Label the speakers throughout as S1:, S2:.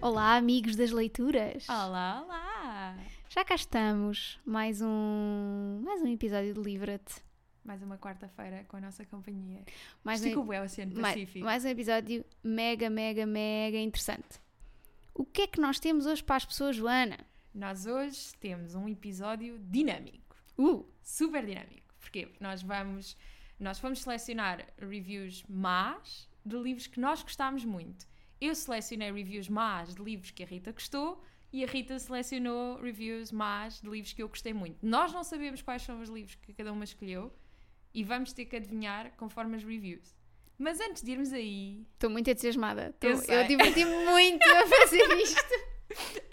S1: Olá, amigos das leituras!
S2: Olá, olá!
S1: Já cá estamos, mais um, mais um episódio de Livra-te.
S2: Mais uma quarta-feira com a nossa companhia.
S1: Mais,
S2: Estica
S1: um,
S2: o Oceano
S1: mais,
S2: Pacífico.
S1: mais um episódio mega, mega, mega interessante. O que é que nós temos hoje para as pessoas, Joana?
S2: Nós hoje temos um episódio dinâmico,
S1: Uh,
S2: super dinâmico. Porquê? Porque nós vamos, nós vamos selecionar reviews más de livros que nós gostámos muito. Eu selecionei reviews más de livros que a Rita gostou e a Rita selecionou reviews más de livros que eu gostei muito. Nós não sabemos quais são os livros que cada uma escolheu e vamos ter que adivinhar conforme as reviews. Mas antes de irmos aí,
S1: estou muito entusiasmada. Estou-
S2: Eu
S1: eu
S2: sei.
S1: diverti-me muito a fazer isto.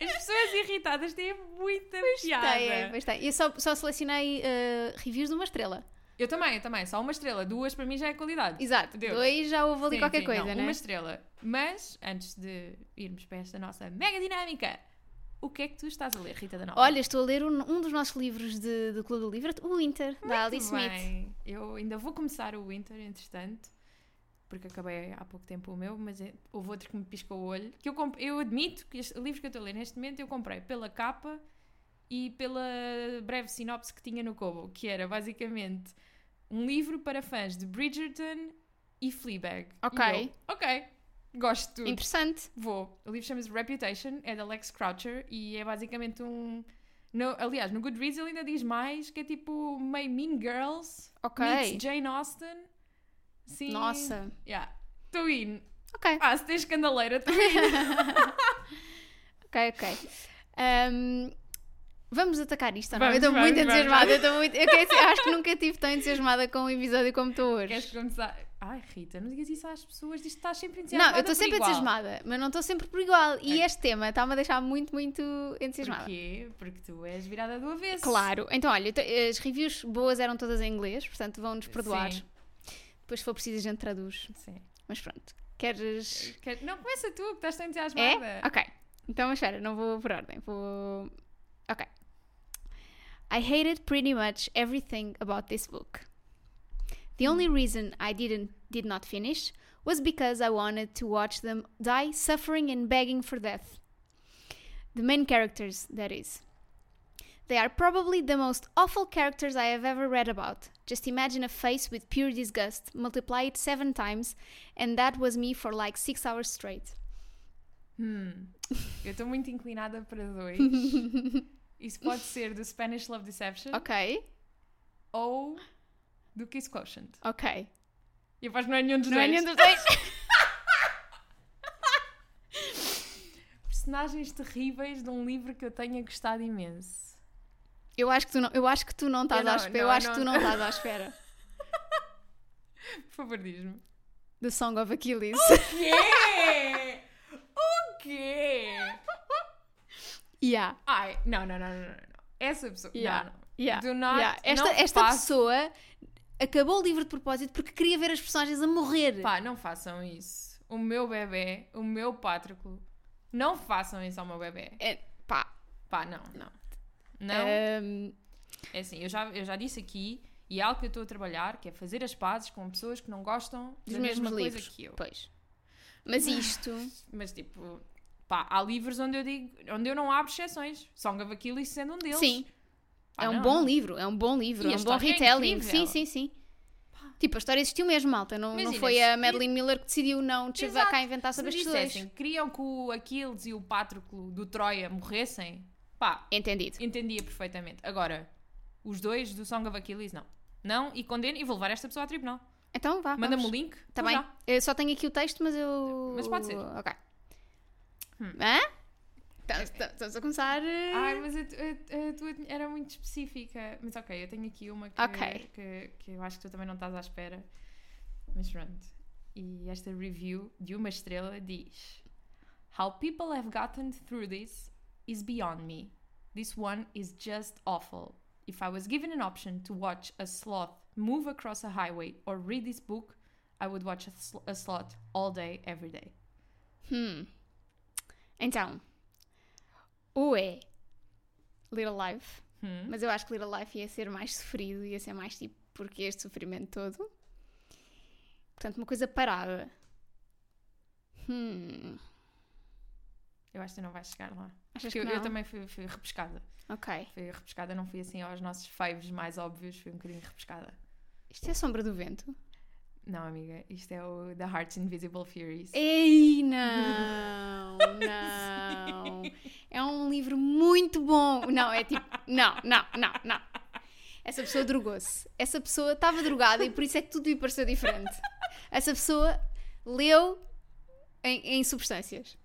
S2: As pessoas irritadas têm muita piada.
S1: Tá, é, pois tá. Eu só, só selecionei eh, reviews de uma estrela.
S2: Eu também, eu também. Só uma estrela. Duas para mim já é qualidade.
S1: Exato,
S2: Deus.
S1: dois já houve ali
S2: Sim,
S1: qualquer
S2: sim,
S1: coisa,
S2: não,
S1: né?
S2: Uma estrela. Mas, antes de irmos para esta nossa mega dinâmica, o que é que tu estás a ler, Rita da Nova?
S1: Olha, estou a ler um, um dos nossos livros de, do Clube do Livro, o Inter, da Alice
S2: Muito
S1: Smith.
S2: bem. Eu ainda vou começar o Winter, entretanto, porque acabei há pouco tempo o meu, mas é- houve outro que me piscou o olho. Que eu, comp- eu admito que este- o livro que eu estou a ler neste momento eu comprei pela capa e pela breve sinopse que tinha no Kobo, que era basicamente um livro para fãs de Bridgerton e Fleabag. E
S1: Ok.
S2: eu, ok. Gosto de tudo.
S1: Interessante.
S2: Vou. O livro chama-se Reputation, é da Lex Croucher e é basicamente um. no- aliás, no Goodreads ele ainda diz mais que é tipo meio Mean Girls
S1: Ok.
S2: meets Jane Austen. Sim.
S1: Nossa.
S2: Yeah. Estou in.
S1: Ok,
S2: Ah, se tens escandaleira, estou
S1: ok, ok. Ahm, vamos atacar isto, ou não?
S2: Vamos,
S1: eu estou
S2: vamos,
S1: muito
S2: vamos,
S1: entusiasmada. Eu, estou muito, eu quero dizer, acho que nunca estive tão entusiasmada com um episódio como estou hoje.
S2: Queres começar? Ai, Rita, não digas isso às pessoas, diz que estás sempre entusiasmada.
S1: Não, eu estou
S2: por
S1: sempre
S2: igual.
S1: entusiasmada, mas não estou sempre por igual. E
S2: Ok.
S1: este tema está-me a deixar muito, muito entusiasmada.
S2: Porquê? Porque tu és virada do avesso.
S1: Claro. Então, olha, então, as reviews boas eram todas em inglês, portanto vão-nos perdoar.
S2: Sim.
S1: Depois, se for preciso, a gente traduz.
S2: Sim.
S1: Mas pronto. Queres.
S2: Quer- Não, começa tu, que estás tão entusiasmada.
S1: É? Ok. Eh? Então, espera, não vou por ordem. Vou. Ok. I hated pretty much everything about this book. The only reason I didn't did not finish was because I wanted to watch them die suffering and begging for death. The main characters, that is. They are probably the most awful characters I have ever read about. Just imagine a face with pure disgust, multiply it seven times, and that was me for like six hours straight.
S2: Hum, eu estou muito inclinada para dois. Isso pode ser do Spanish Love Deception
S1: Ok,
S2: ou do Kiss Quotient.
S1: ok.
S2: E eu acho que não é nenhum dos
S1: Não é
S2: dois.
S1: nenhum dos dois.
S2: Personagens terríveis de um livro que eu tenha gostado imenso.
S1: Eu acho que tu não, eu acho que tu não estás
S2: Eu não,
S1: à espera. Eu
S2: não,
S1: acho que tu
S2: não.
S1: não estás à espera.
S2: Por favor, diz-me.
S1: The Song of Achilles.
S2: Quê? O quê?
S1: yeah,
S2: Ai, não, não, não, não, não. não. Essa pessoa.
S1: Yeah.
S2: Não, não.
S1: yeah,
S2: Do not-
S1: yeah. Esta,
S2: não
S1: esta
S2: faço-
S1: pessoa acabou o livro de propósito porque queria ver as personagens a morrer.
S2: Pá, não façam isso. O meu bebê, o meu pátrico. Não façam isso ao meu bebê.
S1: É, pá. ehm,
S2: Pá, não, não. Não.
S1: Eh, Ahm,
S2: É assim, eu já, eu já disse aqui, e é algo que eu estou a trabalhar, que é fazer as pazes com pessoas que não gostam
S1: dos
S2: da mesma
S1: mesmos
S2: coisa
S1: livros.
S2: que eu. Ah,
S1: Pois. Mas isto.
S2: Mas tipo, pá, há livros onde eu digo, onde eu não abro exceções. Song of Achilles sendo um deles.
S1: Sim.
S2: Pá,
S1: é um
S2: não,
S1: bom
S2: não.
S1: livro. É um bom livro.
S2: E
S1: É
S2: a
S1: um bom
S2: história é
S1: retelling. sim,
S2: incrível.
S1: sim, sim. Tipo, a história existiu mesmo, malta. Não, não
S2: Imagina,
S1: foi
S2: se-
S1: a Madeline Miller que decidiu não te
S2: Exato.
S1: cá inventar
S2: Se
S1: sobre
S2: me
S1: as pessoas.
S2: dissessem, queriam que o Aquiles e o Pátroclo do Troia morressem, pá,
S1: Entendido.
S2: entendia perfeitamente. Agora, os dois do Song of Achilles, não. Não, e condeno e vou levar esta pessoa ao tribunal.
S1: Então vá.
S2: Manda-me um
S1: vamos.
S2: o link.
S1: Tá
S2: vou
S1: bem?
S2: já.
S1: Eu só tenho aqui o texto, mas eu.
S2: Mas pode ser.
S1: Ok.
S2: Hum.
S1: Hã? Estamos- Estamos a começar. eh,
S2: Ai, mas a, tu- a- a tua era muito específica. Mas ok, eu tenho aqui uma que,
S1: Ok.
S2: que, que eu acho que tu também não estás à espera. Mas pronto. E esta review de uma estrela diz: How people have gotten through this is beyond me. This one is just awful. If I was given an option to watch a sloth move across a highway or read this book, I would watch a, sl a sloth all day, every day.
S1: Hum. Então. Ou é. Little Life.
S2: Hum?
S1: Mas eu acho que Little Life ia ser mais sofrido, ia ser mais tipo. Porque este sofrimento todo. Portanto, uma coisa parada. Hum.
S2: Eu acho que tu não vais chegar lá.
S1: Achas
S2: Porque
S1: que
S2: eu, eu
S1: não?
S2: também fui, fui repescada.
S1: Ok.
S2: Fui repescada, não fui assim aos nossos faves mais óbvios, fui um bocadinho repescada.
S1: Isto é Sombra do Vento?
S2: Não, amiga, isto é o The Heart's Invisible Furies.
S1: Ei, não, não. É um livro muito bom. Não, é tipo, não, não, não, não. Essa pessoa drogou-se. Essa pessoa estava drogada e por isso é que tudo lhe pareceu diferente. Essa pessoa leu em, em substâncias.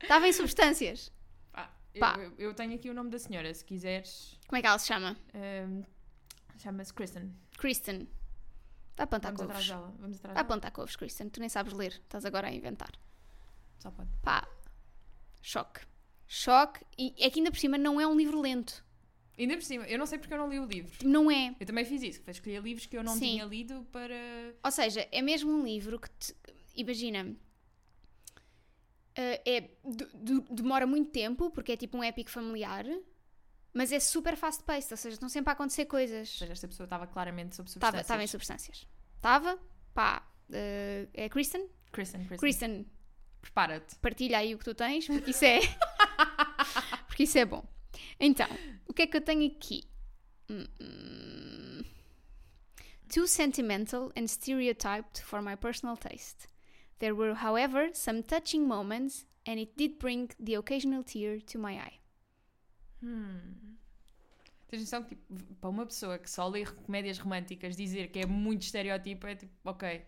S1: Estava em substâncias.
S2: Pá,
S1: Pá.
S2: Eu, eu- eu tenho aqui o nome da senhora, se quiseres.
S1: Como é que ela se chama?
S2: Ahm, Chama-se Kristen.
S1: Kristen. Está a plantar
S2: Vamos atrás
S1: couves.
S2: dela. Vamos atrás
S1: Está a
S2: dela.
S1: plantar couves, Kristen. Tu nem sabes ler. Estás agora a inventar.
S2: Só pode.
S1: Pá, choque. Choque. E é que ainda por cima não é um livro lento.
S2: Ainda por cima, eu não sei porque eu não li o livro.
S1: Tipo, Não é.
S2: Eu também fiz isso, foi escolher livros que eu não
S1: Sim.
S2: tinha lido para.
S1: Ou seja, é mesmo um livro que te. Imagina. eh, é, de- de- demora muito tempo, porque é tipo um épico familiar, mas é super fast-paced, ou seja, estão sempre a acontecer
S2: Ou
S1: coisas.
S2: seja, esta pessoa estava claramente sob substâncias.
S1: Estava em substâncias. Estava, pá, eh, é Kristen?
S2: Kristen, Kristen.
S1: Kristen,
S2: Prepara-te.
S1: partilha aí o que tu tens, porque isso é. porque isso é bom. Então, o que é que eu tenho aqui? Hum, hum. Too sentimental and stereotyped for my personal taste. There were, however, some touching moments, and it did bring the occasional tear to my eye.
S2: Hum. Tens noção que, tipo, para uma pessoa que só lê comédias românticas, dizer que é muito estereotipo é tipo, ok,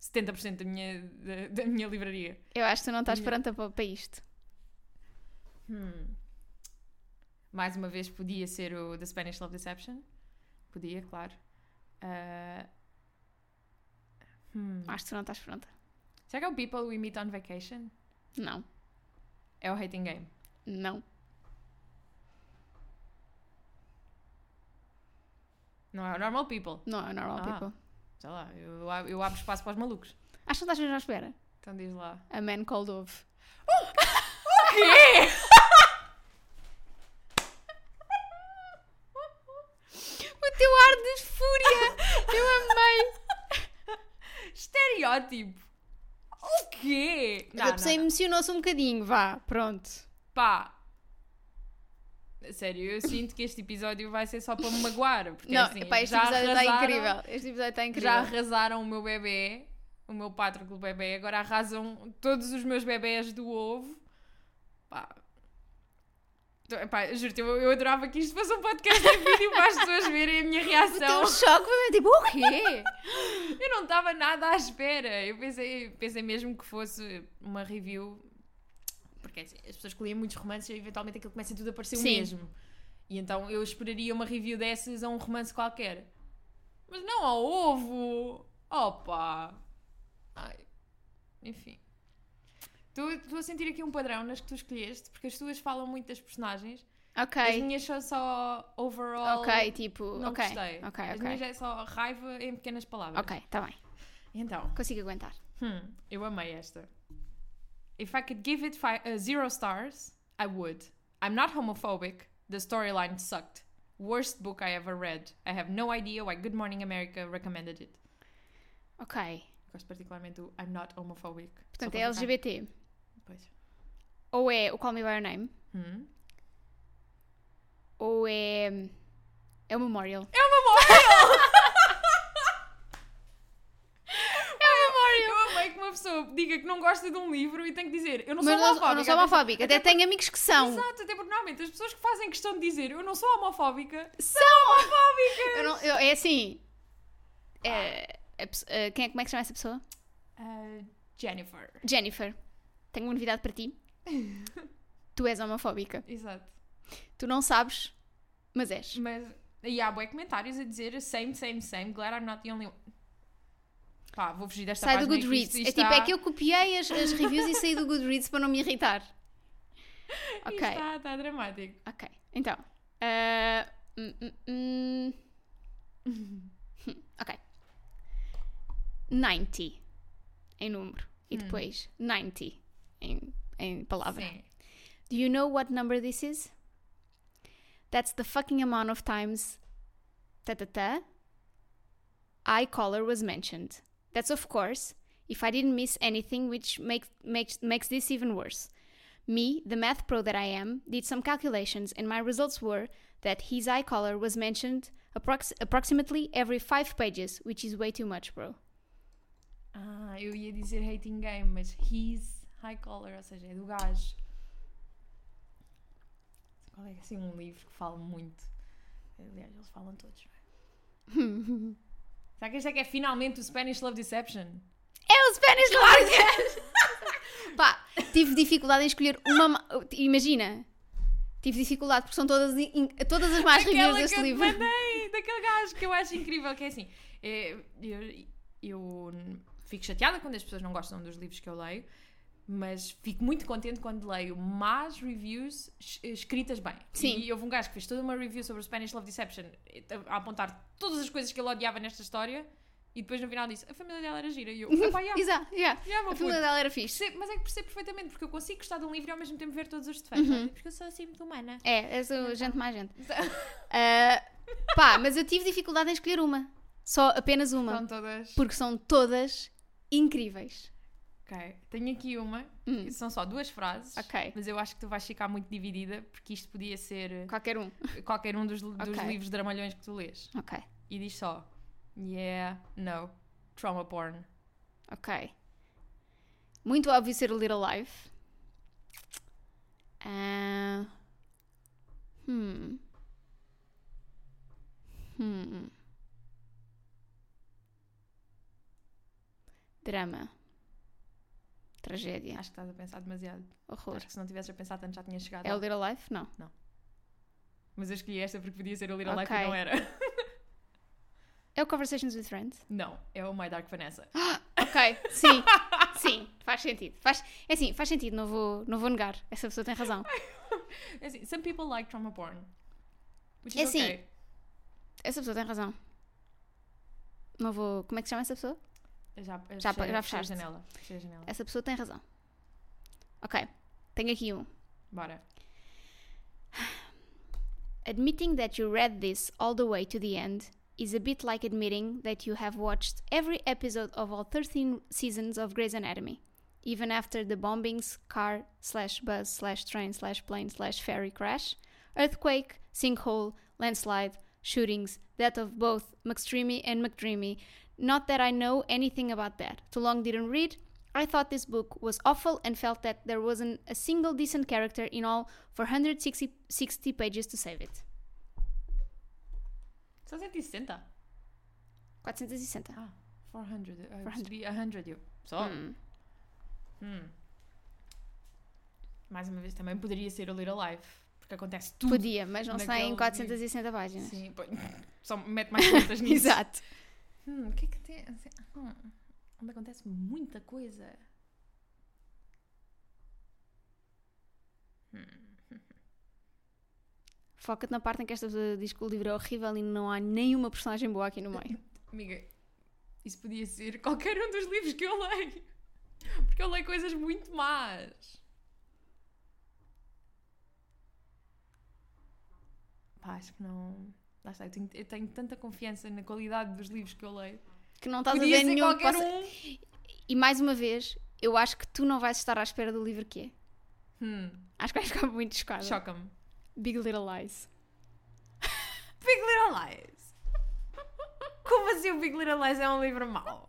S2: 70% da minha, da, da minha livraria.
S1: Eu acho que tu não estás
S2: Minha-
S1: pronta pa- para isto.
S2: Hum. Mais uma vez, podia ser o The Spanish Love Deception. Podia, claro. Ah, hum.
S1: Acho que tu não estás pronta.
S2: Será que é o People We Meet on Vacation?
S1: Não,
S2: É o Hating Game.
S1: não.
S2: Não é o Normal People.
S1: Não é o normal,
S2: Ah.
S1: people.
S2: Sei lá, eu, ab- eu abro espaço para os malucos.
S1: Acho que não estás mesmo à espera.
S2: Então diz lá.
S1: A man called Ove.
S2: O quê?
S1: O teu ar de fúria! Eu amei!
S2: Estereótipo. O quê? Não,
S1: a pessoa
S2: não, não.
S1: emocionou-se um bocadinho, vá, pronto.
S2: Pá. Sério, eu sinto que este episódio vai ser só para me magoar. Porque
S1: não,
S2: assim,
S1: epá, este
S2: já
S1: episódio está
S2: arrasaram-
S1: incrível. Este episódio está incrível.
S2: Já arrasaram o meu bebê, o meu pátrico bebê, agora arrasam todos os meus bebés do ovo. Pá. Tô- Pá, juro-te, eu, eu adorava que isto fosse um podcast em vídeo para as pessoas verem a minha
S1: o
S2: reação.
S1: teu choque foi mesmo tipo, o quê?
S2: Eu não estava nada à espera. Eu pensei, pensei mesmo que fosse uma review. Porque assim, as pessoas que liam muitos romances e eventualmente aquilo começa tudo a parecer o
S1: Sim.
S2: mesmo. E então eu esperaria uma review dessas a um romance qualquer. Mas não ao ovo! Opa! Ai. Enfim. Estou estou a sentir aqui um padrão nas que tu escolheste, porque as tuas falam muito das personagens. As
S1: ok,
S2: minhas são só overall.
S1: ok, tipo,
S2: Não
S1: ok.
S2: gostei.
S1: Ok,
S2: As minhas
S1: ok.
S2: é só raiva em pequenas palavras.
S1: Ok, está bem.
S2: Então.
S1: Consigo aguentar.
S2: Hum, eu amei esta. If I could give it fi- uh, zero stars, I would. I'm not homophobic. The storyline sucked. Worst book I ever read. I have no idea why Good Morning America recommended it.
S1: Ok.
S2: Gosto particularmente do I'm not homophobic. Só
S1: Portanto,
S2: para
S1: é LGBT.
S2: ficar- Pois.
S1: Ou é o Call Me By Your Name,
S2: Hum.
S1: ou é. É o Memorial.
S2: É o Memorial! é o Memorial! Eu amei que uma pessoa diga que não gosta de um livro e tem que dizer eu não sou
S1: Mas não, eu
S2: homofóbica.
S1: não sou homofóbica, até tenho amigos que são.
S2: Exato, até porque normalmente as pessoas que fazem questão de dizer eu não sou homofóbica
S1: São
S2: homofóbicas!
S1: Eu não- eu- é assim. É, a pesso- é, quem é, como é que se chama essa pessoa?
S2: Ah, Jennifer.
S1: Jennifer, tenho uma novidade para ti. tu és homofóbica.
S2: Exato.
S1: Tu não sabes, mas és.
S2: Mas. E há bué comentários a dizer same, same, same, glad I'm not the only one. Pá, vou fugir desta
S1: Sai do
S2: página que
S1: Goodreads.
S2: isto-
S1: É
S2: isto
S1: tipo, é
S2: está-
S1: que eu copiei as, as reviews e saí do Goodreads para não me irritar.
S2: isto
S1: Ok,
S2: Está, está dramático.
S1: ok. Então. ah, hum, hum, hum. Hum, ok. 90 em número. E depois 90 em, em palavra.
S2: Hum. Sim.
S1: Do you know what number this is? That's the fucking amount of times ta ta ta eye color was mentioned. That's of course if I didn't miss anything which makes makes makes this even worse. Me, the math pro that I am, did some calculations, and my results were that his eye color was mentioned approx- approximately every five pages, which is way too much, bro.
S2: Ah, eu ia dizer hating game, mas his high collar, ou seja, é do gajo. Qual é assim um livro que falo muito? Aliás, eles falam todos. não é? Será que este é que é finalmente o Spanish Love Deception?
S1: É o Spanish Lord! Pá, tive dificuldade em escolher uma. ma- Imagina! Tive dificuldade porque são todas, in- todas as más reviews
S2: Aquela que
S1: deste
S2: eu te
S1: livro.
S2: mandei, daquele gajo que eu acho incrível, que é assim. é, Eu, eu fico chateada quando as pessoas não gostam dos livros que eu leio, mas fico muito contente quando leio más reviews es- escritas bem.
S1: Sim.
S2: E houve um gajo que fez toda uma review sobre o Spanish Love Deception, eh, a apontar todas as coisas que ele odiava nesta história, e depois no final disse: A família dela era gira. E eu, "Epá, yeah,
S1: Exato, yeah.
S2: yeah, meu
S1: A
S2: puto."
S1: família dela era fixe.
S2: Percebo- Mas é que percebo perfeitamente, porque eu consigo gostar de um livro e ao mesmo tempo ver todos os defeitos,
S1: Uhum.
S2: sabe? porque eu sou assim muito humana.
S1: É, és
S2: Então.
S1: o gente mais gente. Ah, pá, mas eu tive dificuldade em escolher uma. Só apenas uma.
S2: São todas.
S1: Porque são todas incríveis.
S2: Ok, tenho aqui uma,
S1: Hum.
S2: são só duas frases,
S1: Ok.
S2: mas eu acho que tu vais ficar muito dividida porque isto podia ser
S1: Qualquer um.
S2: qualquer um dos, dos
S1: Ok.
S2: livros dramalhões que tu lês.
S1: Ok,
S2: E diz só: Yeah, no, trauma porn.
S1: ok. Muito óbvio ser o Little Life. Ah, hmm. Hmm. Drama. Tragédia.
S2: Acho que estás a pensar demasiado.
S1: Horror.
S2: Acho que se não tivesses a pensar tanto já tinha chegado.
S1: É o
S2: lá.
S1: Little Life? Não.
S2: Mas eu escolhi esta porque podia ser o Little Life
S1: Ok.
S2: e não era.
S1: É o Conversations with Friends?
S2: Não, é o My Dark Vanessa.
S1: Ok, sim, sim, faz sentido. Faz, é assim, faz sentido, não vou, não vou negar. Essa pessoa tem razão.
S2: É assim, some people like trauma porn. Which
S1: É
S2: is
S1: assim.
S2: okay.
S1: Essa pessoa tem razão. Não vou. Como é que se chama essa pessoa?
S2: Já, eu
S1: Já
S2: fechei-
S1: pa- já
S2: fechei a
S1: fechaste. É.
S2: janela. Fechei a janela.
S1: Essa pessoa tem razão. Ok, tenho aqui um.
S2: Bora.
S1: Admitting that you read this all the way to the end is a bit like admitting that you have watched every episode of all 13 seasons of Grey's Anatomy, even after the bombings, car slash bus slash train slash plane slash ferry crash, earthquake, sinkhole, landslide, shootings, death of both McStreamy and McDreamy. Not that I know anything about that. Too long didn't read. I thought this book was awful and felt that there wasn't a single decent character in all 460 60 pages to save it.
S2: Só 160.
S1: 460.
S2: Ah, 400. Uh,
S1: 400.
S2: 400. 100 eu. Só?
S1: Hum.
S2: Hum. Mais uma vez, também poderia ser o Little Life. Porque acontece tudo.
S1: Podia, mas não sai em
S2: naquele
S1: 460 páginas.
S2: Sim, pô, só mete mais contas nisso.
S1: Exato.
S2: Hum, o que é que tem? assim, hum, onde acontece muita coisa.
S1: Foca-te na parte em que esta pessoa diz que o livro é horrível e não há nenhuma personagem boa aqui no meio.
S2: Amiga, isso podia ser qualquer um dos livros que eu leio. Porque eu leio coisas muito más. Pá, acho que não. Lá está, eu tenho, eu tenho tanta confiança na qualidade dos livros que eu leio.
S1: Que não estás
S2: Podia
S1: a ver
S2: ser
S1: nenhum. que
S2: qualquer
S1: possa-
S2: um.
S1: E mais uma vez, eu acho que tu não vais estar à espera do livro que é.
S2: Hum,
S1: Acho que vais ficar muito chocada.
S2: Choca-me.
S1: Big Little Lies.
S2: Big Little Lies. Como assim o Big Little Lies é um livro mau?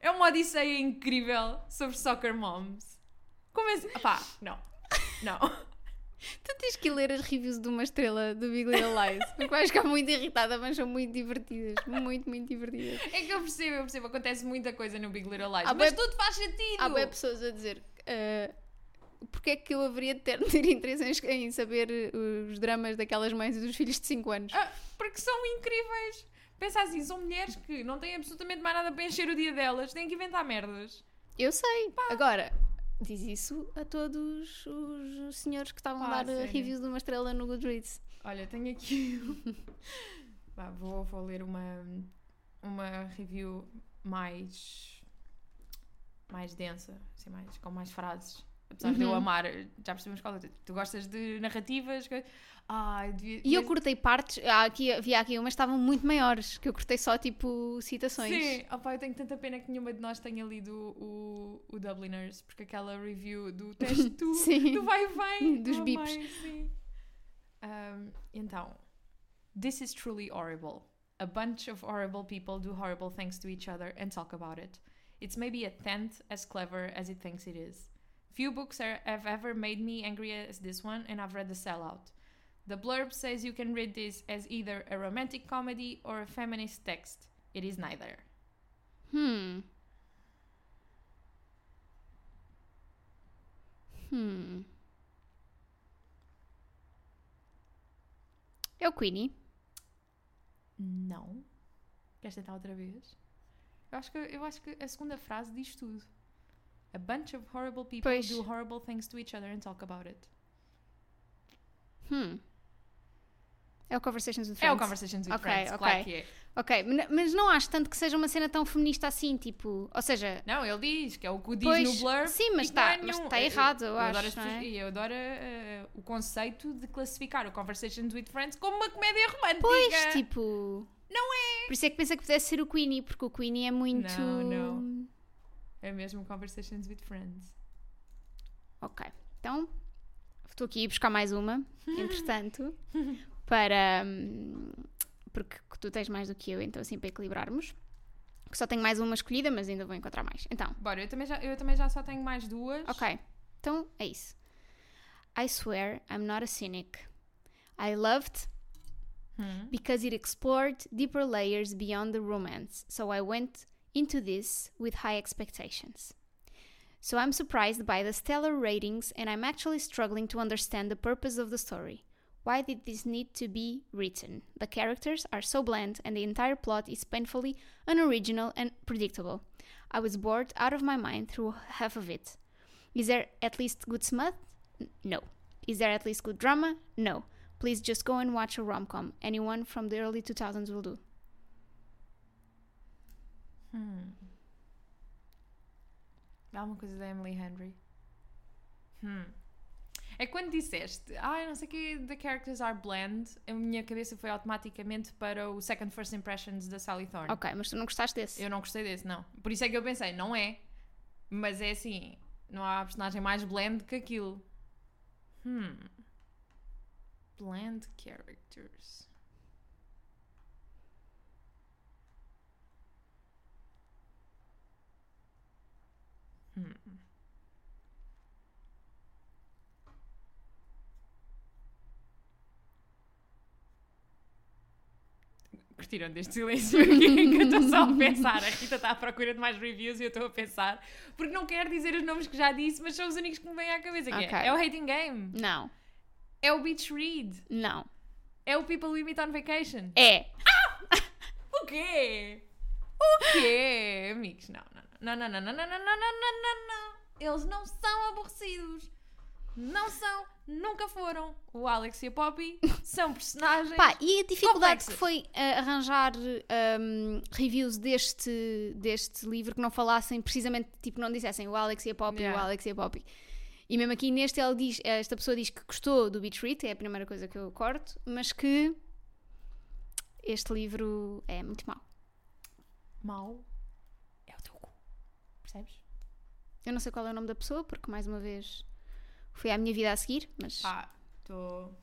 S2: É uma odisseia incrível sobre soccer moms. Como assim? Pá, não. Não.
S1: Tu tens que ler as reviews de uma estrela do Big Little Lies. Porque vais ficar é muito irritada, mas são muito divertidas. Muito, muito divertidas.
S2: É que eu percebo, eu percebo. Acontece muita coisa no Big Little Lies.
S1: Há bué-
S2: mas tudo faz sentido.
S1: Há bem pessoas a dizer ah, porque é que eu haveria de ter, ter interesse em es- em, saber uh, os dramas daquelas mães e dos filhos de 5 anos.
S2: Ah, porque são incríveis. Pensa assim, são mulheres que não têm absolutamente mais nada para encher o dia delas. Têm que inventar merdas.
S1: Eu sei. Agora, diz isso a todos os senhores que estavam
S2: Pá,
S1: a dar ah,
S2: sério.
S1: reviews de uma estrela no Goodreads.
S2: Olha, tenho aqui. Vá, vou, vou ler uma, uma review mais. mais densa, assim, mais, com mais frases. Apesar de eu
S1: Uhum.
S2: amar, já percebemos qual é. Tu, tu gostas de narrativas. que- Ah, devia,
S1: E eu
S2: devias-
S1: cortei partes, há aqui, havia aqui umas que estavam muito maiores, que eu cortei só tipo citações.
S2: Sim, opá, eu tenho tanta pena que nenhuma de nós tenha lido o, o Dubliners, porque aquela review do teste tu,
S1: Sim.
S2: do vai e vem,
S1: Dos
S2: eu
S1: bips.
S2: amei, sim. Um, então, this is truly horrible. A bunch of horrible people do horrible things to each other and talk about it. It's maybe a tenth as clever as it thinks it is. Few books are, have ever made me angry as this one, and I've read The Sellout. The blurb says you can read this as either a romantic comedy or a feminist text. It is neither.
S1: Hum. Hum. É o Queenie.
S2: Não. Queres tentar outra vez? Eu acho que, eu acho que a segunda frase diz tudo. A bunch of horrible people
S1: Pois.
S2: do horrible things to each other and talk about it.
S1: Hum. É o Conversations with
S2: É o
S1: Friends.
S2: Conversations with
S1: Ok,
S2: Friends,
S1: ok.
S2: claro que é.
S1: Ok, men- mas não acho tanto que seja uma cena tão feminista assim, tipo. Ou seja,
S2: Não, ele diz, que é o que diz
S1: Pois,
S2: no blurb.
S1: sim, mas
S2: e que não
S1: tá-
S2: é
S1: mas
S2: nenhum-
S1: tá
S2: eu-
S1: errado, eu
S2: adoro
S1: acho,
S2: as
S1: não
S2: pessoas-
S1: é?
S2: e Eu adoro eh, o conceito de classificar o Conversations with Friends como uma comédia romântica.
S1: pois, tipo.
S2: Não é!
S1: Por isso é que pensei que pudesse ser o Queenie, porque o Queenie é muito.
S2: Não, não. É mesmo Conversations with Friends.
S1: Ok, então estou aqui a buscar mais uma, entretanto, para. hum, Porque tu tens mais do que eu, então assim para equilibrarmos. Que só tenho mais uma escolhida, mas ainda vou encontrar mais. Então,
S2: Bora, eu também já, eu também já só tenho mais duas.
S1: ok, então é isso. I swear I'm not a cynic. I loved
S2: Hum.
S1: because it explored deeper layers beyond the romance, so I went into this with high expectations. So I'm surprised by the stellar ratings, and I'm actually struggling to understand the purpose of the story. Why did this need to be written? The characters are so bland, and the entire plot is painfully unoriginal and predictable. I was bored out of my mind through half of it. Is there at least good smut? N- No. Is there at least good drama? No. Please just go and watch a rom com. Anyone from the early 2000s will do.
S2: Hum. Dá alguma coisa da Emily Henry. Hum. É que quando disseste, ah, não sei o que, the characters are bland, a minha cabeça foi automaticamente para o Second First Impressions da Sally Thorne.
S1: Ok, mas tu não gostaste desse?
S2: Eu não gostei desse, não. Por isso é que eu pensei, não é. Mas é assim, não há personagem mais bland que aquilo. Hum. Bland characters. Hum. Curtiram deste silêncio aqui que eu estou só a pensar. A Rita está à procura de mais reviews e eu estou a pensar. Porque não quero dizer os nomes que já disse, mas são os únicos que me vêm à cabeça. que é-
S1: Ok.
S2: é, o Hating Game,
S1: Não,
S2: é o Beach Read,
S1: não.
S2: é o People We Meet on Vacation.
S1: É.
S2: O quê? O quê? Amigos, não, não, não, não, não, não, não, não, não, não, não, não. Eles não são aborrecidos. Não são, nunca foram. O Alex e a Poppy são personagens.
S1: Pá, e a dificuldade
S2: Complexas.
S1: que foi ah, arranjar um, reviews deste, deste livro que não falassem precisamente, tipo, não dissessem o Alex e a Poppy,
S2: Yeah.
S1: o Alex e a Poppy. E mesmo aqui neste, ele diz, eh, esta pessoa diz que gostou do Beach Read, é a primeira coisa que eu corto, mas que este livro é muito mau.
S2: Mau é o teu cu. Percebes?
S1: Eu não sei qual é o nome da pessoa, porque mais uma vez foi à minha vida a seguir, mas.
S2: Ah, estou.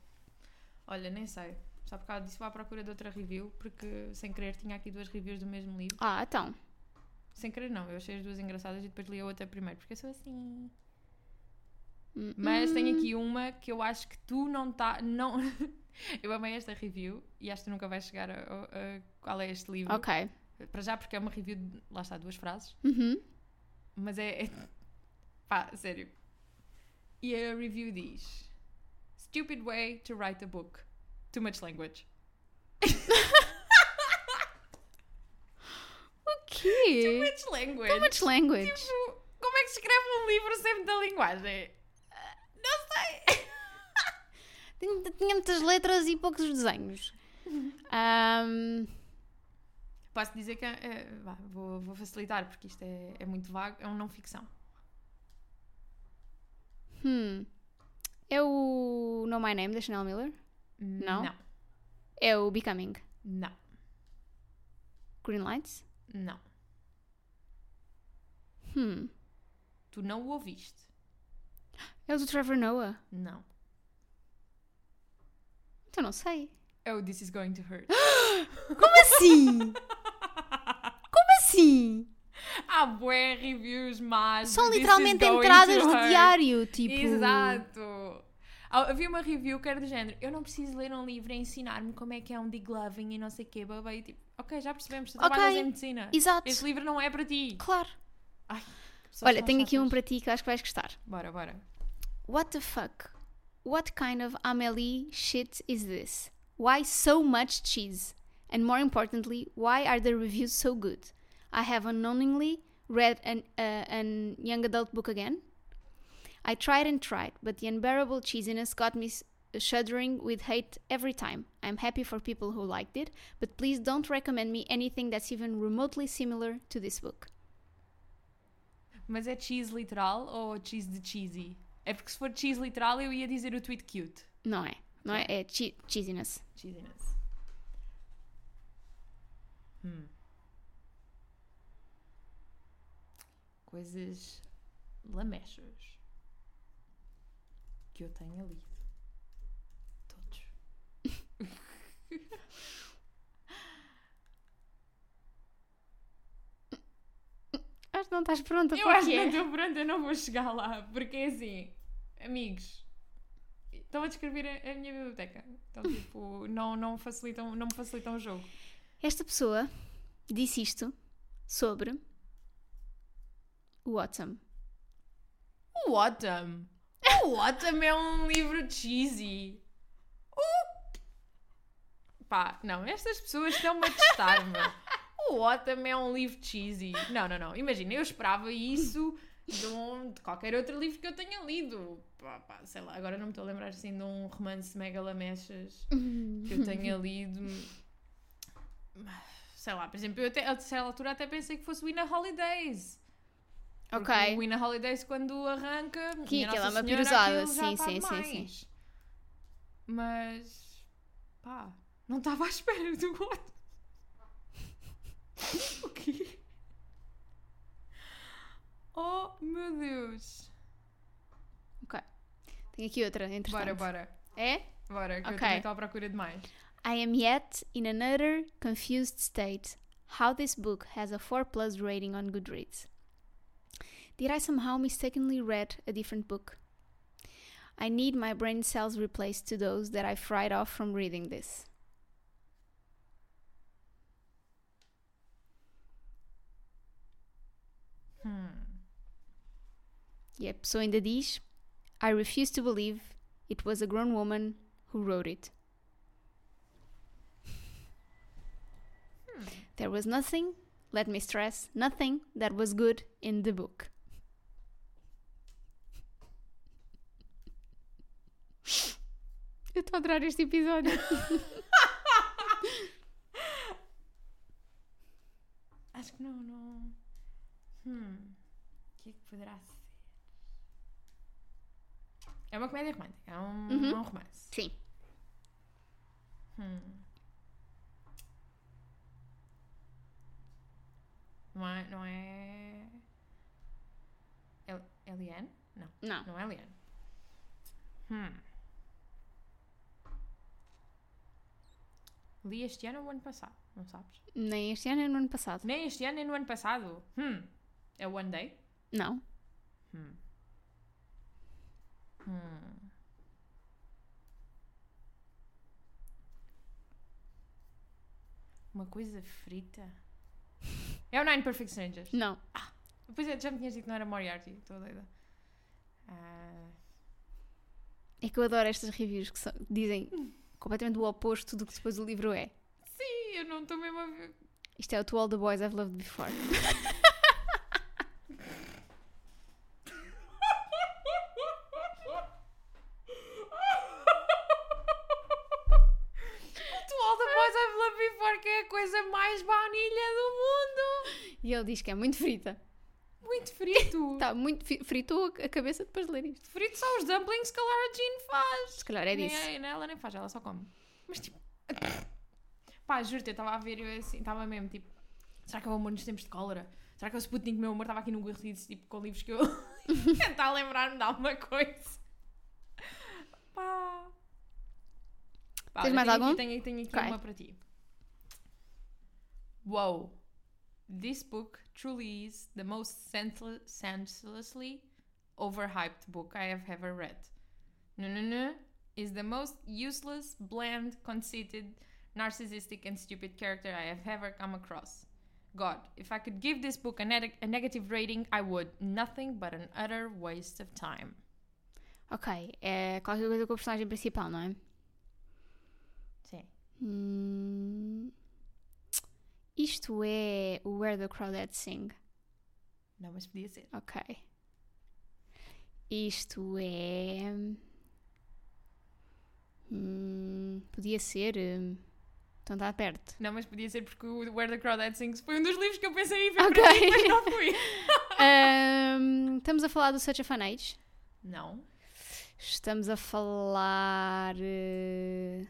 S2: Olha, nem sei. Só por causa disso vou à procura de outra review, porque sem querer tinha aqui duas reviews do mesmo livro.
S1: Ah, então.
S2: Sem querer não, eu achei as duas engraçadas e depois li a outra primeiro, porque eu sou assim.
S1: Hum,
S2: Mas
S1: hum.
S2: tenho aqui uma que eu acho que tu não tá. Não... eu amei esta review e acho que tu nunca vais chegar a, a- a qual é este livro.
S1: Ok.
S2: Para já, porque é uma review de. Lá está, duas frases.
S1: Uhum.
S2: Mas é, é. Pá, sério. E a review diz: Stupid way to write a book. Too much language.
S1: O quê?
S2: Too much language.
S1: Too much language.
S2: Tipo, como é que se escreve um livro sempre da linguagem? Não sei.
S1: Tinha- Tinha muitas letras e poucos desenhos. Ahm,
S2: Posso dizer que. eh, vá, vou, vou facilitar, porque isto é, é muito vago. É um não ficção.
S1: Hum. É o Know My Name da Chanel Miller? Não?
S2: Não.
S1: É o Becoming?
S2: Não.
S1: Green Lights?
S2: não.
S1: Hum.
S2: Tu não o ouviste.
S1: É o do Trevor Noah?
S2: Não.
S1: Então não sei.
S2: É o This Is Going to Hurt.
S1: Como assim? Como assim?
S2: Há Ah, bué reviews, mas.
S1: São
S2: This Is
S1: literalmente
S2: Going to
S1: entradas do
S2: Hurt.
S1: diário, tipo.
S2: Exato. Ah, Havia uma review que era do género. Eu não preciso ler um livro e ensinar-me como é que é um degloving e não sei o quê. Babá, e tipo, ok, já percebemos. Tu
S1: Ok.
S2: trabalhas em medicina.
S1: Exato.
S2: Este livro não é para ti.
S1: Claro.
S2: Pessoas
S1: Olha,
S2: são
S1: tenho aqui um
S2: chatas.
S1: para ti que acho que vais gostar.
S2: Bora, bora.
S1: What the fuck? What kind of Amélie shit is this? Why so much cheese? And more importantly, why are the reviews so good? I have unknowingly read an, uh, an young adult book again. I tried and tried, but the unbearable cheesiness got me s- shuddering with hate every time. I'm happy for people who liked it, but please don't recommend me anything that's even remotely similar to this book.
S2: Mas é cheese literal ou cheese de cheesy? É porque se for cheese literal eu ia dizer o tweet cute.
S1: Não é? Não é? É che cheesiness.
S2: Cheesiness. Hum. Coisas lamechas que eu tenha lido. Todos.
S1: Acho que não estás pronta
S2: Eu
S1: para o
S2: acho
S1: que
S2: que
S1: é.
S2: não estou pronta, eu não vou chegar lá. Porque é assim, amigos, estão a descrever a, a minha biblioteca. Então, tipo, não, não, facilitam, não me facilitam o jogo.
S1: Esta pessoa disse isto sobre o Autumn.
S2: O Autumn. O Autumn é um livro cheesy. O- Pá, não, estas pessoas estão-me a testar-me. O Autumn é um livro cheesy. Não, não, não. Imagina, eu esperava isso de, um- de qualquer outro livro que eu tenha lido. Pá, pá, sei lá, agora não me estou a lembrar assim de um romance mega lamechas
S1: Uhum.
S2: que eu tenha lido. Sei lá, por exemplo, eu até, a certa altura até pensei que fosse o Ina Holidays. Porque
S1: Ok.
S2: O Ina Holidays, quando arranca,
S1: Que
S2: minha
S1: aquilo é
S2: Nossa
S1: uma
S2: Senhora,
S1: pirosada,
S2: aquilo já
S1: sim,
S2: está
S1: sim, sim, sim.
S2: demais. Mas. pá, não estava à espera do outro. o quê? Oh meu Deus!
S1: Ok. Tenho aqui outra, entretanto.
S2: Bora, bora,
S1: É?
S2: bora, que eu
S1: Ok.
S2: também estou à procura demais.
S1: I am yet in an utter confused state how this book has a 4 plus rating on Goodreads. Did I somehow mistakenly read a different book? I need my brain cells replaced to those that I fried off from reading this. Hmm. E a pessoa ainda diz: I refuse to believe it was a grown woman who wrote it. There was nothing, let me stress, nothing that was good in the book. Eu estou a adorar este episódio.
S2: Acho que não, não. Hum. O que é que poderá ser? É uma comédia romântica, é um,
S1: Uhum.
S2: é um romance.
S1: Sim.
S2: Hum. Não é. Não é... El- Eliane? Não,
S1: Não.
S2: não é Eliane. Hum. Li este ano ou o ano passado? Não sabes?
S1: Nem este ano, nem no ano passado.
S2: Nem este ano nem no ano passado. Hum. É o One Day?
S1: Não.
S2: Hum. Uma coisa frita? É o Nine Perfect Strangers.
S1: Não.
S2: Pois é, já me tinhas dito que não era Moriarty, estou doida. Ah,
S1: É que eu adoro estas reviews que são- dizem completamente o oposto do que depois o livro é.
S2: sim, eu não estou mesmo a ver.
S1: Isto é o To All the Boys I've Loved Before.
S2: To All the Boys I've Loved Before, que é a coisa mais baunilha do mundo!
S1: E ele diz que é muito frita.
S2: Muito muito frito.
S1: Está muito. fi- Fritou a cabeça depois de ler isto.
S2: Frito só os dumplings que a Lara Jean faz.
S1: Se calhar é
S2: Nem-
S1: disso.
S2: nem- ela nem faz, ela só come. Mas tipo. Pá, juro-te, eu estava a ver eu assim, estava mesmo tipo. Será que eu vou morrer nos tempos de cólera? Será que o Sputnik, meu amor, estava aqui no Guerrilhos, tipo, com livros que eu. tentar lembrar-me de alguma coisa. Pá. Pá,
S1: Tens
S2: olha,
S1: mais
S2: tenho aqui-
S1: algum?
S2: tenho, tenho aqui
S1: Ok.
S2: uma para ti. Wow. This book truly is the most senseless, senselessly overhyped book I have ever read. No, no, no. Is the most useless, bland, conceited, narcissistic, and stupid character I have ever come across. God, if I could give this book a, neg- a negative rating, I would. Nothing but an utter waste of time.
S1: Ok. É qualquer coisa com o personagem principal, não é?
S2: Sim.
S1: Hum, Isto é o Where the Crawdads Sing.
S2: Não, mas podia ser.
S1: Ok. Isto é. Hum, podia ser. hum, Então está perto.
S2: Não, mas podia ser porque o Where the Crawdads Sings foi um dos livros que eu pensei em ver
S1: Ok.
S2: para ti, mas não fui.
S1: Hum, estamos a falar do Such a Fun Age.
S2: Não.
S1: Estamos a falar. eh,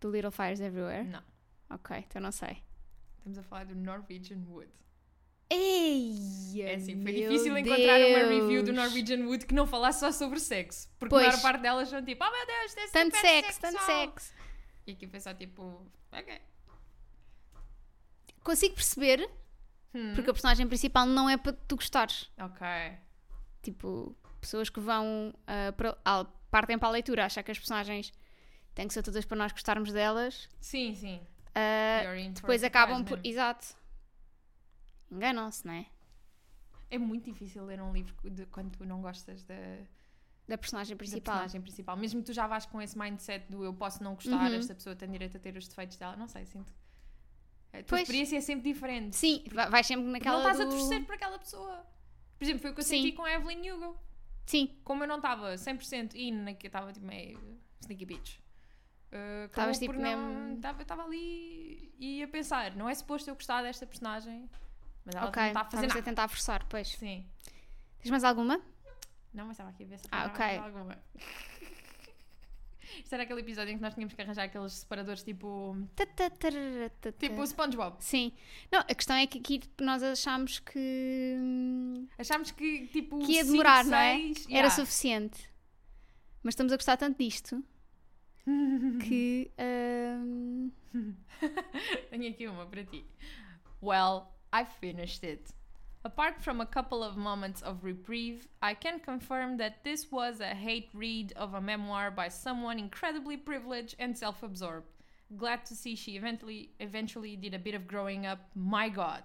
S1: do Little Fires Everywhere.
S2: Não.
S1: Ok, então não sei.
S2: Estamos a falar do Norwegian Wood.
S1: Ei!
S2: É assim, foi difícil encontrar uma review do Norwegian Wood que não falasse só sobre sexo. Porque
S1: Pois.
S2: a maior parte delas são tipo, oh meu Deus, tem
S1: Tanto
S2: super
S1: sexo, tanto
S2: sexual."
S1: sexo.
S2: E aqui foi só tipo, ok.
S1: Consigo perceber,
S2: Hum.
S1: porque a personagem principal não é para tu gostares.
S2: Ok.
S1: Tipo, pessoas que vão ah, para, ah, partem para a leitura, achar que as personagens têm que ser todas para nós gostarmos delas.
S2: Sim, sim.
S1: Ah,
S2: You're in for
S1: depois
S2: a
S1: acabam
S2: surprise
S1: por.
S2: mesmo.
S1: Exato. Enganam-se, não é?
S2: É muito difícil ler um livro de quando tu não gostas da,
S1: Da personagem
S2: da
S1: principal.
S2: personagem principal. Mesmo que tu já vás com esse mindset do eu posso não gostar,
S1: Uhum.
S2: esta pessoa tem direito a ter os defeitos dela. Não sei, sinto. A tua
S1: Pois.
S2: experiência é sempre diferente.
S1: Sim, vai vais sempre naquela.
S2: não estás
S1: do-
S2: a torcer por aquela pessoa. Por exemplo, foi o que eu
S1: Sim.
S2: senti com a Evelyn Hugo.
S1: Sim,
S2: Como eu não estava 100% in, naque- estava tipo meio sneaky bitch. Uh, acabou
S1: Estavas, tipo,
S2: por não-
S1: mesmo-
S2: Estava estava ali e a pensar, não é suposto eu gostar desta personagem, mas ela
S1: ok.
S2: não está a fazer
S1: Estamos a
S2: nada.
S1: tentar forçar, pois.
S2: Sim.
S1: Tens mais alguma?
S2: Não, mas estava aqui a ver se
S1: Ah,
S2: arranjava
S1: ok.
S2: alguma. Isto era aquele episódio em que nós tínhamos que arranjar aqueles separadores tipo.
S1: Ta- ta- tarara- ta- ta.
S2: Tipo o SpongeBob.
S1: Sim. Não, a questão é que aqui nós achámos que. hum,
S2: Achámos que tipo.
S1: que ia
S2: cinco,
S1: demorar, não é?
S2: seis,
S1: Era
S2: yeah.
S1: suficiente. Mas estamos a gostar tanto disto que. hum,
S2: Tenho aqui uma para ti. Well, I finished it. Apart from a couple of moments of reprieve, I can confirm that this was a hate read of a memoir by someone incredibly privileged and self-absorbed. Glad to see she eventually eventually did a bit of growing up. My god.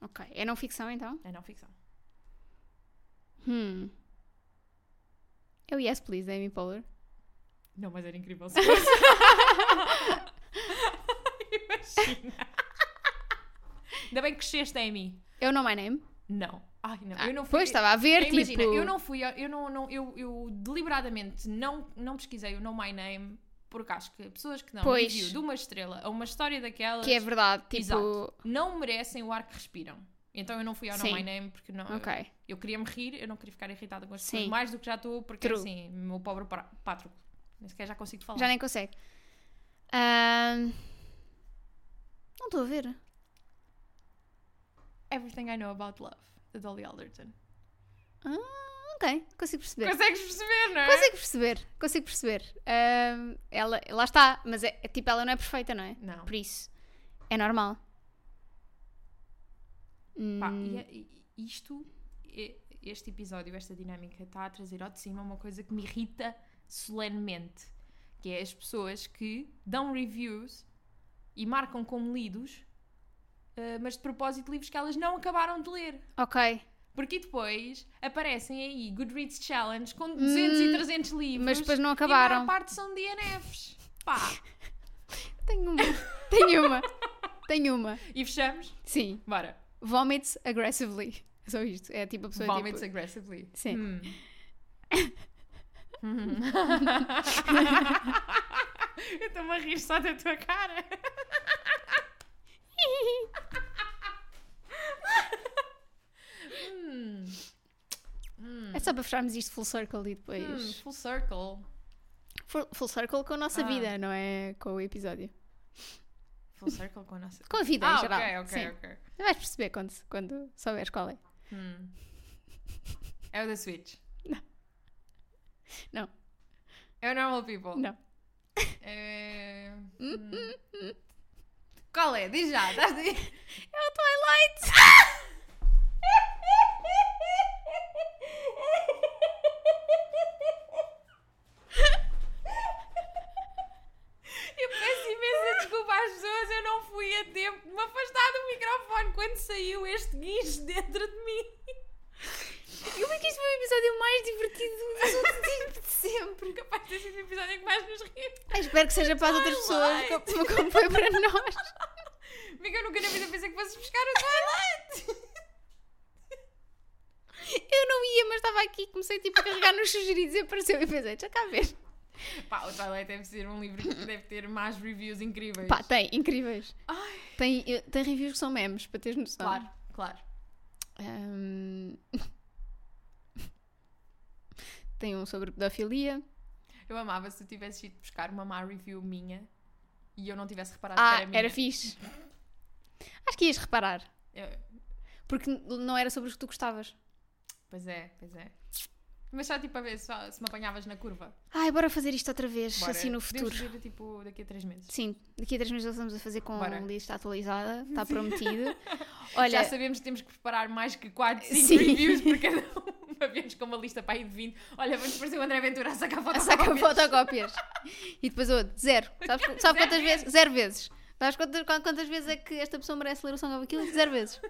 S1: ok. É não ficção então?
S2: É não ficção.
S1: Hum. É o Yes Please da Amy Poehler.
S2: Não, mas era incrível se fosse. Imagina. Ainda bem que cresceste, Amy.
S1: Eu não My Name.
S2: Não. Ai, não.
S1: Ah,
S2: eu não fui.
S1: pois, estava a ver,
S2: Eu- Imagina,
S1: tipo.
S2: eu não fui, eu não, não- eu, eu deliberadamente não, não pesquisei o No My Name porque acho que pessoas que não
S1: Pois.
S2: review de uma estrela a uma história daquelas
S1: Que é verdade, tipo.
S2: Exato. não merecem o ar que respiram. Então eu não fui ao
S1: Sim.
S2: No My Name porque não,
S1: Ok.
S2: eu queria me rir, eu não queria ficar irritada com as pessoas
S1: Sim.
S2: mais do que já estou, porque
S1: True.
S2: assim, meu pobre pra- Pátroco, nem sequer já consigo falar.
S1: Já nem consegue. Hum, Não estou a ver.
S2: Everything I Know About Love, de Dolly Alderton.
S1: Ah, ok. Consigo perceber.
S2: Consegues perceber, não é?
S1: Consigo perceber, consigo perceber. Ahm, ela, lá está, mas é, é tipo, ela não é perfeita, não é?
S2: Não.
S1: Por isso, é normal.
S2: Pá,
S1: Hum,
S2: e, é, e- isto, e- este episódio, esta dinâmica, está a trazer ao de cima uma coisa que me irrita solenemente, que é as pessoas que dão reviews e marcam como lidos, eh, mas de propósito livros que elas não acabaram de ler.
S1: Ok,
S2: Porque depois aparecem aí Goodreads Challenge com 200
S1: Hum,
S2: e 300 livros.
S1: mas depois não
S2: E é a
S1: acabaram.
S2: maior parte são DNFs. Pá!
S1: tenho uma, tenho uma, tenho uma.
S2: E fechamos.
S1: Sim,
S2: Bora.
S1: vomits aggressively. É Só isto, é tipo a pessoa
S2: Vomits
S1: tipo,
S2: aggressively.
S1: Sim.
S2: Hum. Eu estou-me a rir só da tua cara.
S1: É só para fecharmos isto full circle e
S2: Hum,
S1: depois.
S2: full circle.
S1: Full, full circle com a nossa
S2: Ah.
S1: vida, não é com o episódio.
S2: Full circle com a nossa.
S1: Com a vida em
S2: Ah,
S1: geral.
S2: ok, ok,
S1: Sim.
S2: ok.
S1: Vais perceber quando, quando souberes qual é.
S2: Hum. É o da Switch.
S1: Não.
S2: É o Normal People.
S1: Não.
S2: É... hum. Qual é? Diz já. Estás de...
S1: É o Twilight!
S2: Eu peço imensa desculpa às pessoas, eu não fui a tempo de me afastar do microfone quando saiu este guincho dentro de mim.
S1: Eu vi que isto foi o episódio mais divertido dos últimos dias de sempre.
S2: Capaz de ter sido o episódio em que mais nos rimos.
S1: Eu espero que seja para as outras pessoas,
S2: Twilight.
S1: como, como foi para nós.
S2: Mica, eu nunca na vida pensei que fosses buscar o Twilight.
S1: Eu não ia, mas estava aqui e comecei tipo, a carregar nos sugeridos e apareceu e pensei, deixa cá ver.
S2: Pá, o Twilight deve ser um livro que deve ter mais reviews incríveis.
S1: Pá, tem, incríveis.
S2: Ai.
S1: Tem, eh, tem reviews que são memes, para teres noção.
S2: Claro, claro.
S1: Ahm, Tem um sobre pedofilia.
S2: Eu amava se tu tivesses ido buscar uma má review minha e eu não tivesse reparado
S1: Ah,
S2: que era minha.
S1: era fixe. Acho que ias reparar.
S2: Eu-
S1: Porque n- não era sobre os que tu gostavas.
S2: Pois é, pois é. Mas só tipo a ver só, se me apanhavas na curva.
S1: Ai, bora fazer isto outra vez,
S2: Bora.
S1: assim no
S2: Podemos
S1: futuro.
S2: fazer, tipo daqui a três meses.
S1: Sim, daqui a três meses nós estamos a fazer com
S2: Bora.
S1: a lista atualizada, está prometido. Olha,
S2: Já sabemos que temos que preparar mais que 4, 5
S1: Sim.
S2: reviews por cada uma. Viemos com uma lista para aí de 20. Olha, vamos fazer o André Ventura a sacar
S1: a
S2: fotos.
S1: saca fotocópias. e depois outro, zero. Sabes, sabe
S2: Zero
S1: quantas vezes? Zero vezes. Sabes quantas, quan- quantas vezes é que esta pessoa merece ler o Song of Achilles? Zero vezes.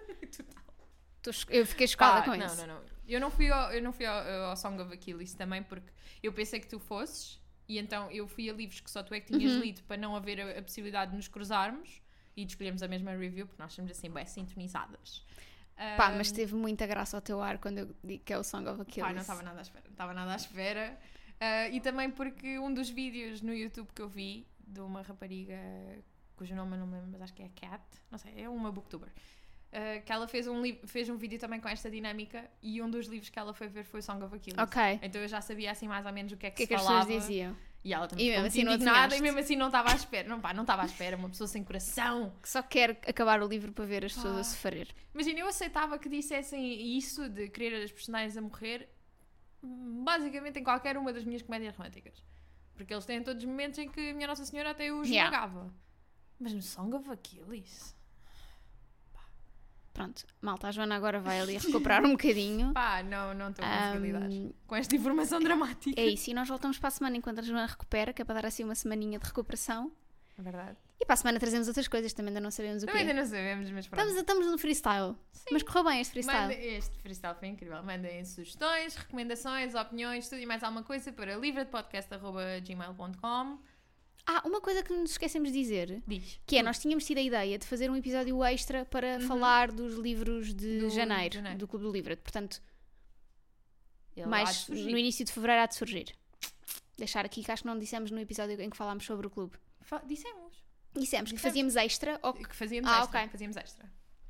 S1: Tô cho- Eu fiquei chocada
S2: Pá,
S1: com
S2: Ah, não,
S1: isso.
S2: Não, não, Eu não fui ao, eu não fui ao, ao Song of Achilles também porque eu pensei que tu fosses e então eu fui a livros que só tu é que
S1: Uhum.
S2: tinhas lido para não haver a, a possibilidade de nos cruzarmos e de escolhermos a mesma review porque nós somos assim bem sintonizadas.
S1: Pá,
S2: Ah,
S1: mas teve muita graça ao teu ar quando eu digo que é o Song of Achilles.
S2: Pá, não estava nada à espera. Não estava nada à espera. Ah, e também porque um dos vídeos no YouTube que eu vi de uma rapariga cujo nome eu não me lembro, mas acho que é Cat, não sei, é uma booktuber. ah, que ela fez um, li- fez um vídeo também com esta dinâmica e um dos livros que ela foi ver foi o Song of Achilles.
S1: Ok.
S2: Então eu já sabia assim mais ou menos o que é
S1: O
S2: que,
S1: que é que as
S2: se falava.
S1: pessoas diziam?
S2: E ela também
S1: E mesmo
S2: ficou muito
S1: assim não
S2: indignada
S1: adivinhaste.
S2: e mesmo assim não estava à espera. Não, pá, não estava à espera. Uma pessoa sem coração.
S1: Que só quer acabar o livro para ver as pessoas
S2: Pá.
S1: a sofrer.
S2: Imagina, eu aceitava que dissessem isso de querer as personagens a morrer basicamente em qualquer uma das minhas comédias românticas. Porque eles têm todos os momentos em que a minha Nossa Senhora até os
S1: Yeah.
S2: esmagava. Mas no Song of Achilles?
S1: Pronto, malta, a Joana agora vai ali recuperar um bocadinho.
S2: Pá, não, não estou a conseguir
S1: Ahm,
S2: lidar com esta informação dramática.
S1: É isso, e nós voltamos para a semana enquanto a Joana recupera, que é para dar assim uma semaninha de recuperação.
S2: É verdade.
S1: E para a semana trazemos outras coisas, também ainda não sabemos o
S2: Também
S1: quê.
S2: ainda não sabemos, mas pronto.
S1: Estamos, estamos no freestyle. Mas correu bem este freestyle.
S2: Mandem- este freestyle foi incrível. Mandem sugestões, recomendações, opiniões, tudo e mais alguma coisa para livradepodcast.gmail.com
S1: Ah, uma coisa que nos esquecemos de dizer,
S2: Diz.
S1: que é, nós tínhamos tido a ideia de fazer um episódio extra para falar dos livros de
S2: Uhum. Do- de
S1: janeiro,
S2: janeiro.
S1: do Clube do Livro. Portanto,
S2: Ele há de
S1: mais
S2: surgir.
S1: no início de fevereiro há de surgir. Deixar aqui que acho que não dissemos no episódio em que falámos sobre o clube.
S2: Fa- Dissemos.
S1: Dissemos que
S2: Dissemos.
S1: fazíamos extra ou que
S2: que fazíamos
S1: Ah,
S2: extra.
S1: ok.
S2: Fazíamos extra.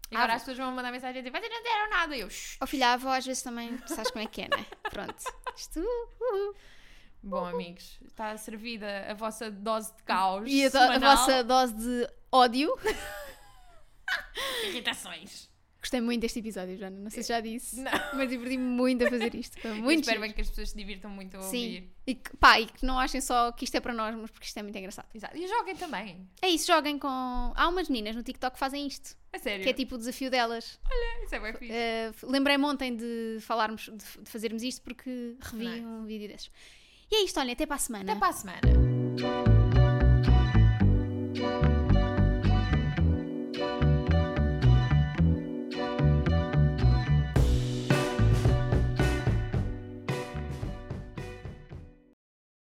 S2: E
S1: Ah,
S2: agora
S1: bom.
S2: as pessoas vão mandar mensagem a dizer, vocês não deram nada. E eu, "Shh."
S1: Ó filha, a avó às vezes também, sabes como é que é, né? Pronto. Isto. uh, uh.
S2: Bom, amigos, está servida a vossa dose de caos.
S1: E a, do- a
S2: semanal.
S1: vossa dose de ódio.
S2: Irritações.
S1: Gostei muito deste episódio, Joana. Não sei se já disse,
S2: Não.
S1: mas diverti-me muito a fazer isto. Foi
S2: Muito
S1: muito
S2: espero
S1: giro.
S2: bem que as pessoas se divirtam muito a ouvir.
S1: Sim. E que, pá, e que não achem só que isto é para nós, mas porque isto é muito engraçado.
S2: Exato. E joguem também.
S1: É isso, joguem com. Há umas meninas no TikTok que fazem isto,
S2: A sério.
S1: que é tipo o desafio delas.
S2: Isso é bem fixe.
S1: Eh, Lembrei-me ontem de falarmos, de, de fazermos isto porque revi
S2: Nice.
S1: um vídeo desses. E é isto, olhem, até para a semana.
S2: Até para a semana.